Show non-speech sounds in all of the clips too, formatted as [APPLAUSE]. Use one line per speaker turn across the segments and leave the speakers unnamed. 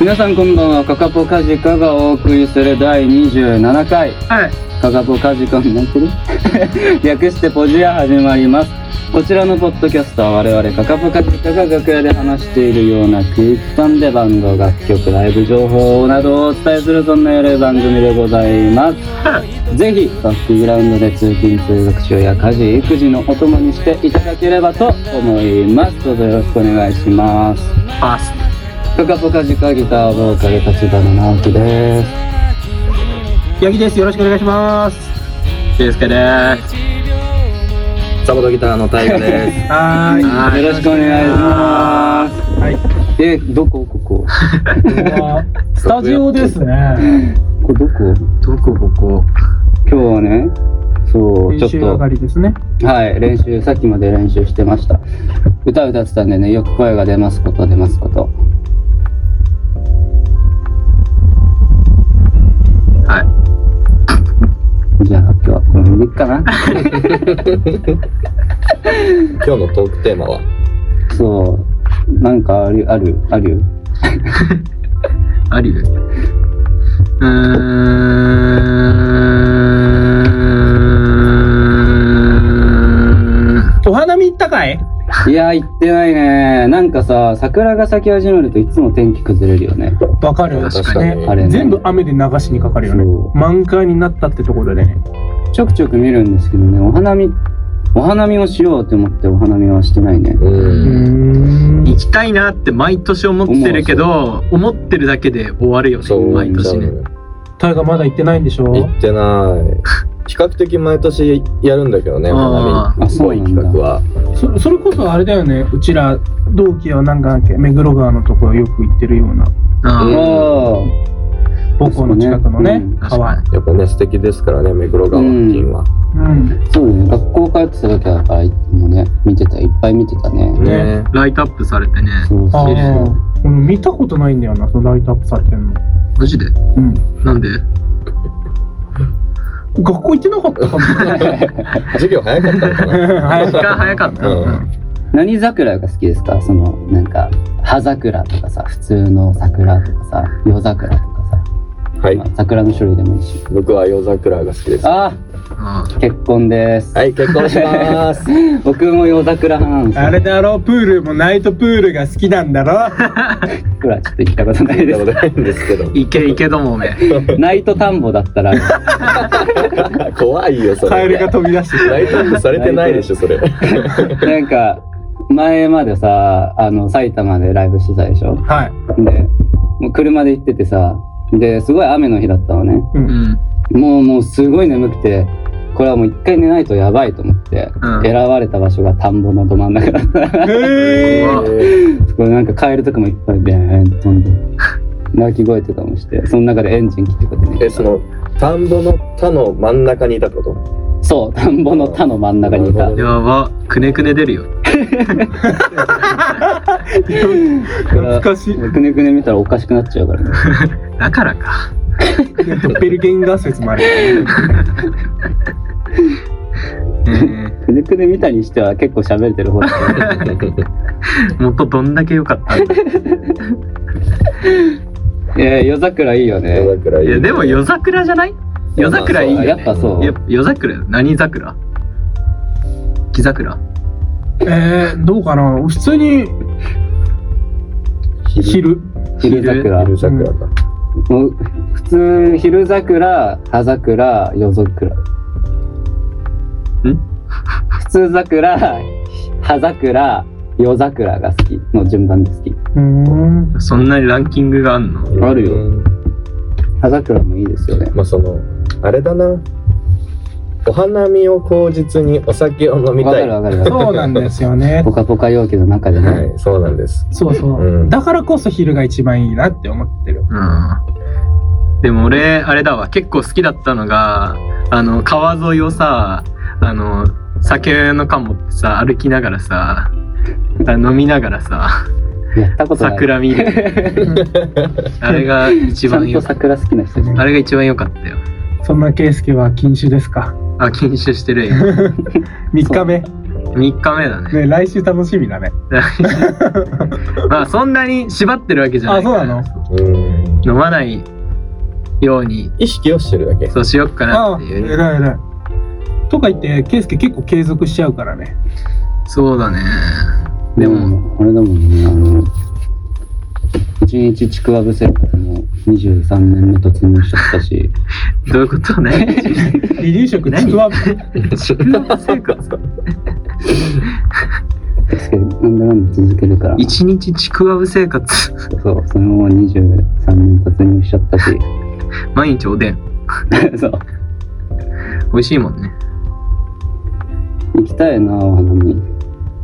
皆さんこんばんは、カカポカジカがお送りする第27回、
はい。
カカポカジカになってる [LAUGHS] 略してポジア始まります。こちらのポッドキャストは我々カカポカジカが楽屋で話しているような空気感でバンド、楽曲、ライブ情報などをお伝えするそんな緩い番組でございます。ぜひバックグラウンドで通勤通学中や家事育児のお供にしていただければと思いますどうぞよろしくお願いします
パス。
ぽかぽかジカギターボーカル立花直樹です
ヤギです。よろしくお願いします。ゆうすけです。
サボトギターの
[LAUGHS]
大河です。
はーい。。
よろしくお願いします
はい。
すえどこここ
スタジオですね。
これどこ
どこここ
今日はねそうちょ
練
っ
習上が
と
りですね。
はい練習さっきまで練習してました歌歌ってたんでねよく声が出ますこと出ますこと
は
じゃあ今日はこの辺でいっかな
[LAUGHS] 今日のトークテーマは
そう。なんかある、ある、ある。
い。ありです。うーん。お花見行ったかい
いや、行ってないね。なんかさ、桜が咲き始めるといつも天気崩れるよね。
わかる。
確かに
ね
あれね。
全部雨で流しにかかるよね
そ。
満開になったってところでね。
ちょくちょく見るんですけどね、お花見、お花見をしようって思ってお花見はしてないね。
うー
うん
ん
行。きたいなって毎年思ってるけど、思ってるだけで終わるよね
そう、
毎年ね。
タイがまだ行ってないんでしょ
行ってない比較的毎年やるんだけどね
あ
お花
ー
見っぽい
あそうなんだ
企画は
そそれこそあれだよね。うちら同期はなんかあっけ目黒川のとこよく行ってるような
あ
うん
ー
あ
母校の近くのね
うん
確か
川。
やっぱね素敵ですからね目黒川付近は、
うん。
あ、そうね。学校通ってた時だから、いつもね、見てた、いっぱい見てたね。
ん
ね
ライトアップされてね。
そう
あ
そう
あ
そ。
俺見たことないんだよな。そのライトアップされてるの。
マジで
うん。
なんで
学校行ってなか [LAUGHS] ったかも。
授業早かったの
[LAUGHS]
かな
早
時間早かった
うん
う。何桜が好きですかその、なんか、葉桜とかさ、普通の桜とかさ、夜桜とかさ、
はい
まあ桜の種類でもいいし。
僕は夜桜が好きですは
ああ
あー
結婚です。
い結婚します
[LAUGHS] 僕も夜桜派なんですよ。
あれだろうプールもナイトプールが好きなんだろう
僕らちょっと行ったことない
聞い
で
たこ
す。
とないんですけど
いけいけどもめ。
ナイト田んぼだったら、
[LAUGHS] 怖いよそれ
カエルが飛び出してきた
ライトアップされてないでしょそれ
[LAUGHS] なんか、前までさ、あの、埼玉でライブしてたでしょ
はい、
で、もう車で行っててさ、で、すごい雨の日だったのね。
う、
うんん。
もうもうすごい眠くて、これはもう一回寝ないとやばいと思って、
うん
選ばれた場所が田んぼのど真ん中だった。 [LAUGHS]
へえ [LAUGHS]
うわ
そこでなんかカエルとかもいっぱいビャーン飛んで、鳴き声とかもして、その中でエンジン切ってこうやって
[LAUGHS] え
ね。
その田んぼの田の真ん中にいたってこと
そう、田んぼの田の真ん中にいた。
やば。くねくね出るよ。
懐かしい
くねくね見たらおかしくなっちゃうからね。
だからか。
ドッペルゲンガー説もある
えー
くねくね見たにしては結構喋れてる方だね
元どんだけ良かったんだ。
い
い
や夜桜いいよね。
夜桜いいね
や、でも夜桜じゃない夜桜いいよ、
あ
ね。
やっぱそう
いや夜桜何桜木桜
えー、どうかな普通に昼
昼桜。
昼桜か、
もう普通、昼桜、葉桜、夜桜。普通桜、葉桜、夜桜が好きの順番で好き。
うーん
そんなにランキングがあんの
あるよ葉桜もいいですよね。
まあそのあれだなお花見を口実にお酒を飲み
わ
た
か
い
る
は
わかるわかる。
そうなんですよね
ポカポカ容器の中でね。
いそうなんです
そうそう、
うん
だからこそ昼が一番いいなって思ってる
うん。でも俺、あれだわ。結構好きだったのが、あの、川沿いをさ、あの、酒の缶持ってさ、歩きながらさ、あ飲みながらさ、
やったことない。
桜
[LAUGHS]
見る。あれが一
ちゃ
番
んと
よかっ
桜好きな人じゃん。
た。あれが一番良かったよ。
そんな圭介は禁酒ですか [LAUGHS]
あ、禁酒してるよ。
3日目
3日目だね。
ね、来週楽しみだね。
[LAUGHS] まあそんなに縛ってるわけじゃないから。
あそうな
うん
飲まないように、
意識をしてるだけ
そうしよっか
あ
な
あ、
っていうね。
偉い偉い。とか言って、ケイスケ結構継続しちゃうからね。
そうだね。
で
でも、
も、あれだもんね、あの、一日ちくわぶ生活も23年目突入しちゃったし、
どういうことね。
離乳食ちくわぶ。
ちくわぶ生活
ですけど、なんだかんだ続けるから、
[LAUGHS] 一日ちくわぶ生活。
そう、そのまま23年突入しちゃ [LAUGHS] ったし、
毎日おでん。
そう、
美味しいもんね。
行きたいな、お花見。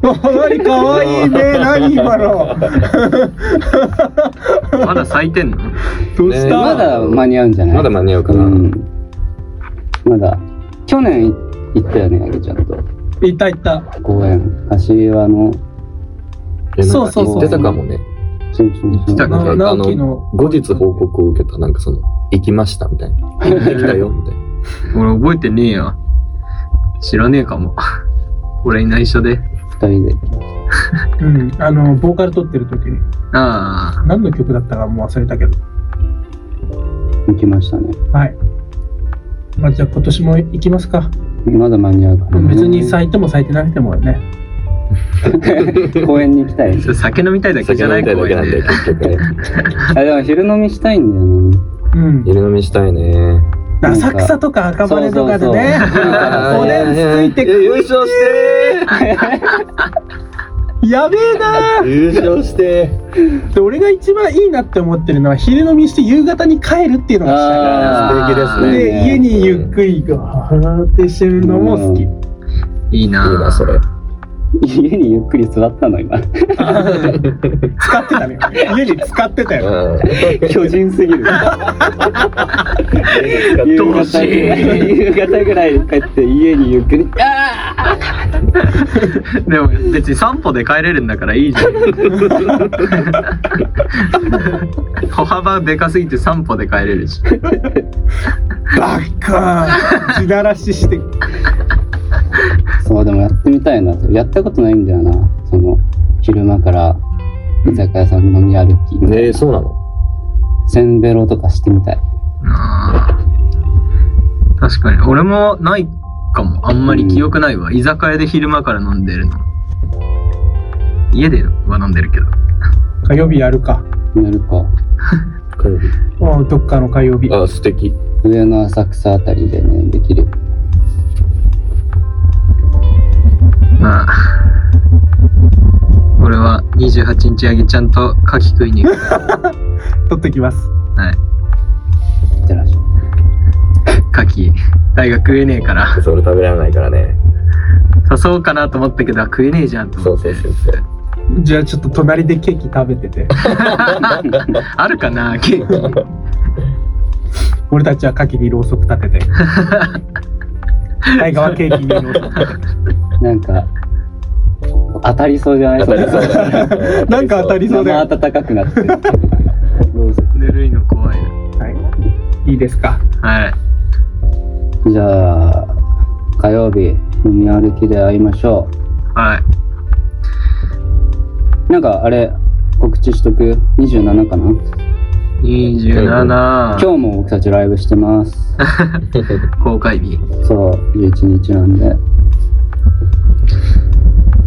なにかわいいね。何今の。
まだ咲いてんの [LAUGHS]
どうし
ね
ま
た、
だ間に合うんじゃない
まだ間に合うか
う
な、
ん。まだ、去年行ったよね、あげちゃんと。
いたいた。
公園。柏の、
えなんか
そうそうそう
言ってたかもね
チンチンチン
来たか
な
あ
直樹
の
の。
後日報告を受けたなんかその行きましたみたいな行きた [LAUGHS] よみたいな
俺覚えてねえや。知らねえかも。 [LAUGHS] 俺に内緒で。
二人で。
うん。あの、ボーカル撮ってる時に。
あ
何の曲だったかもう忘れたけど。
行きましたね。
はい。まあ、じゃあ今年も行きますか。
まだ間に合うから、ね。
別に咲いても咲いてなくてもね。
[LAUGHS] 公園に行きたい
あ。。それ酒飲みたいだけじ
酒
ゃ
飲
な
みた
い
いだけなんで
で。
結局
あ、でも昼飲みしたいんだよな、
うん。
昼飲みしたいね
なんか
浅草とか赤羽とかでね
そうそうそう
あーおでんついてく
優勝して
やべえなー
優勝して
で俺が一番いいなって思ってるのは昼飲みして夕方に帰るっていうのがしたい
あ
素敵です
ー
ね
で、
ね
家にゆっくりガーってしてるのも好き。
うん
いいない
いなそ [LAUGHS] れ
家にゆっくり座ったの今 [LAUGHS]
あー使ってたね。家に使ってたよ。
巨人 [LAUGHS] すぎる夕
どう
方
し
夕方ぐらいに帰って家にゆっくりああ
でも別に散歩で帰れるんだからいいじゃ
[LAUGHS]
ん。歩幅でかすぎて散歩で帰れるし。
バカー地ならしして。
そうでもやってみたいなとやったことないんだよなその昼間から居酒屋さん飲み歩き
ねえそうなの
せんべろとかしてみたい
あー確かに。俺もないかも。あんまり記憶ないわ。居酒屋で昼間から飲んでるの。家では飲んでるけど。
火曜日やるか。
やるか
火曜日
うんどっかの火曜日。
あ素敵
上の浅草あたりでねできる
まあ。俺は28日あげちゃんと牡蠣食いに行く。
撮ってきます。
はい。
いってらっしゃい
牡蠣。大学食えねえから。
それ食べられないからね
誘おうかなと思ったけど食えねえじゃんと
そ
思
う
って
そうそうそう
じゃあちょっと隣でケーキ食べ
[LAUGHS]
てて。
あるかなケーキ
俺たちは牡蠣にろうそく立
[LAUGHS]
てて。大川ケーキにろうそく立て
なんか当たりそうじゃない
当たりそうだ
[LAUGHS]
ね
て。 [LAUGHS] なんか当たりそうだ
生
よ。
温かくなってるろうそ
ぬるいの怖い
はい。いいですか。
なはい
くじゃあ火曜日飲み歩きで会いましょう
はい
なんかあれ告知しとく27かな
27
今日も僕たちライブしてます
公開日
そう11日なんで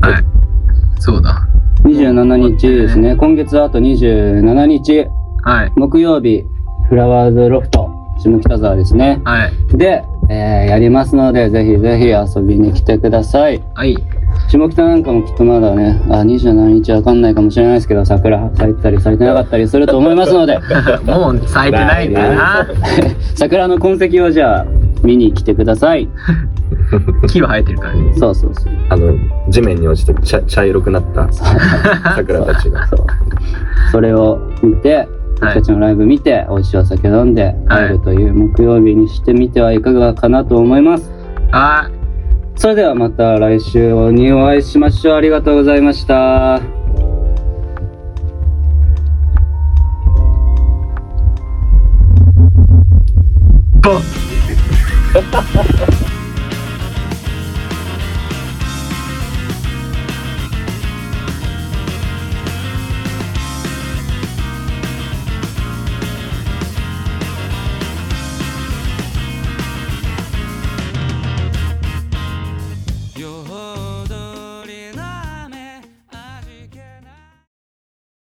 はいそうだ
27日ですね今月あと27日
はい
木曜日フラワーズロフト下北沢ですね
はい
で、えーやりますのでぜひぜひ遊びに来てください
はい [LAUGHS]
下北なんかもきっとまだねあ27日わかんないかもしれないですけど桜咲いてたり咲いてなかったりすると思いますの
[LAUGHS]
で
もう咲いてないんだな
桜の痕跡をじゃあ見に来てください
木は生えてるからね
そうそうそう
[LAUGHS] あの地面に落ちて茶茶色く
[LAUGHS]
なった桜たちが
そうそれを見て僕たちのライブ見て、美味しいお酒飲んで
はい
帰るという木曜日にしてみてはいかがかなと思います
あ
それではまた来週にお会いしましょうありがとうございました
ボ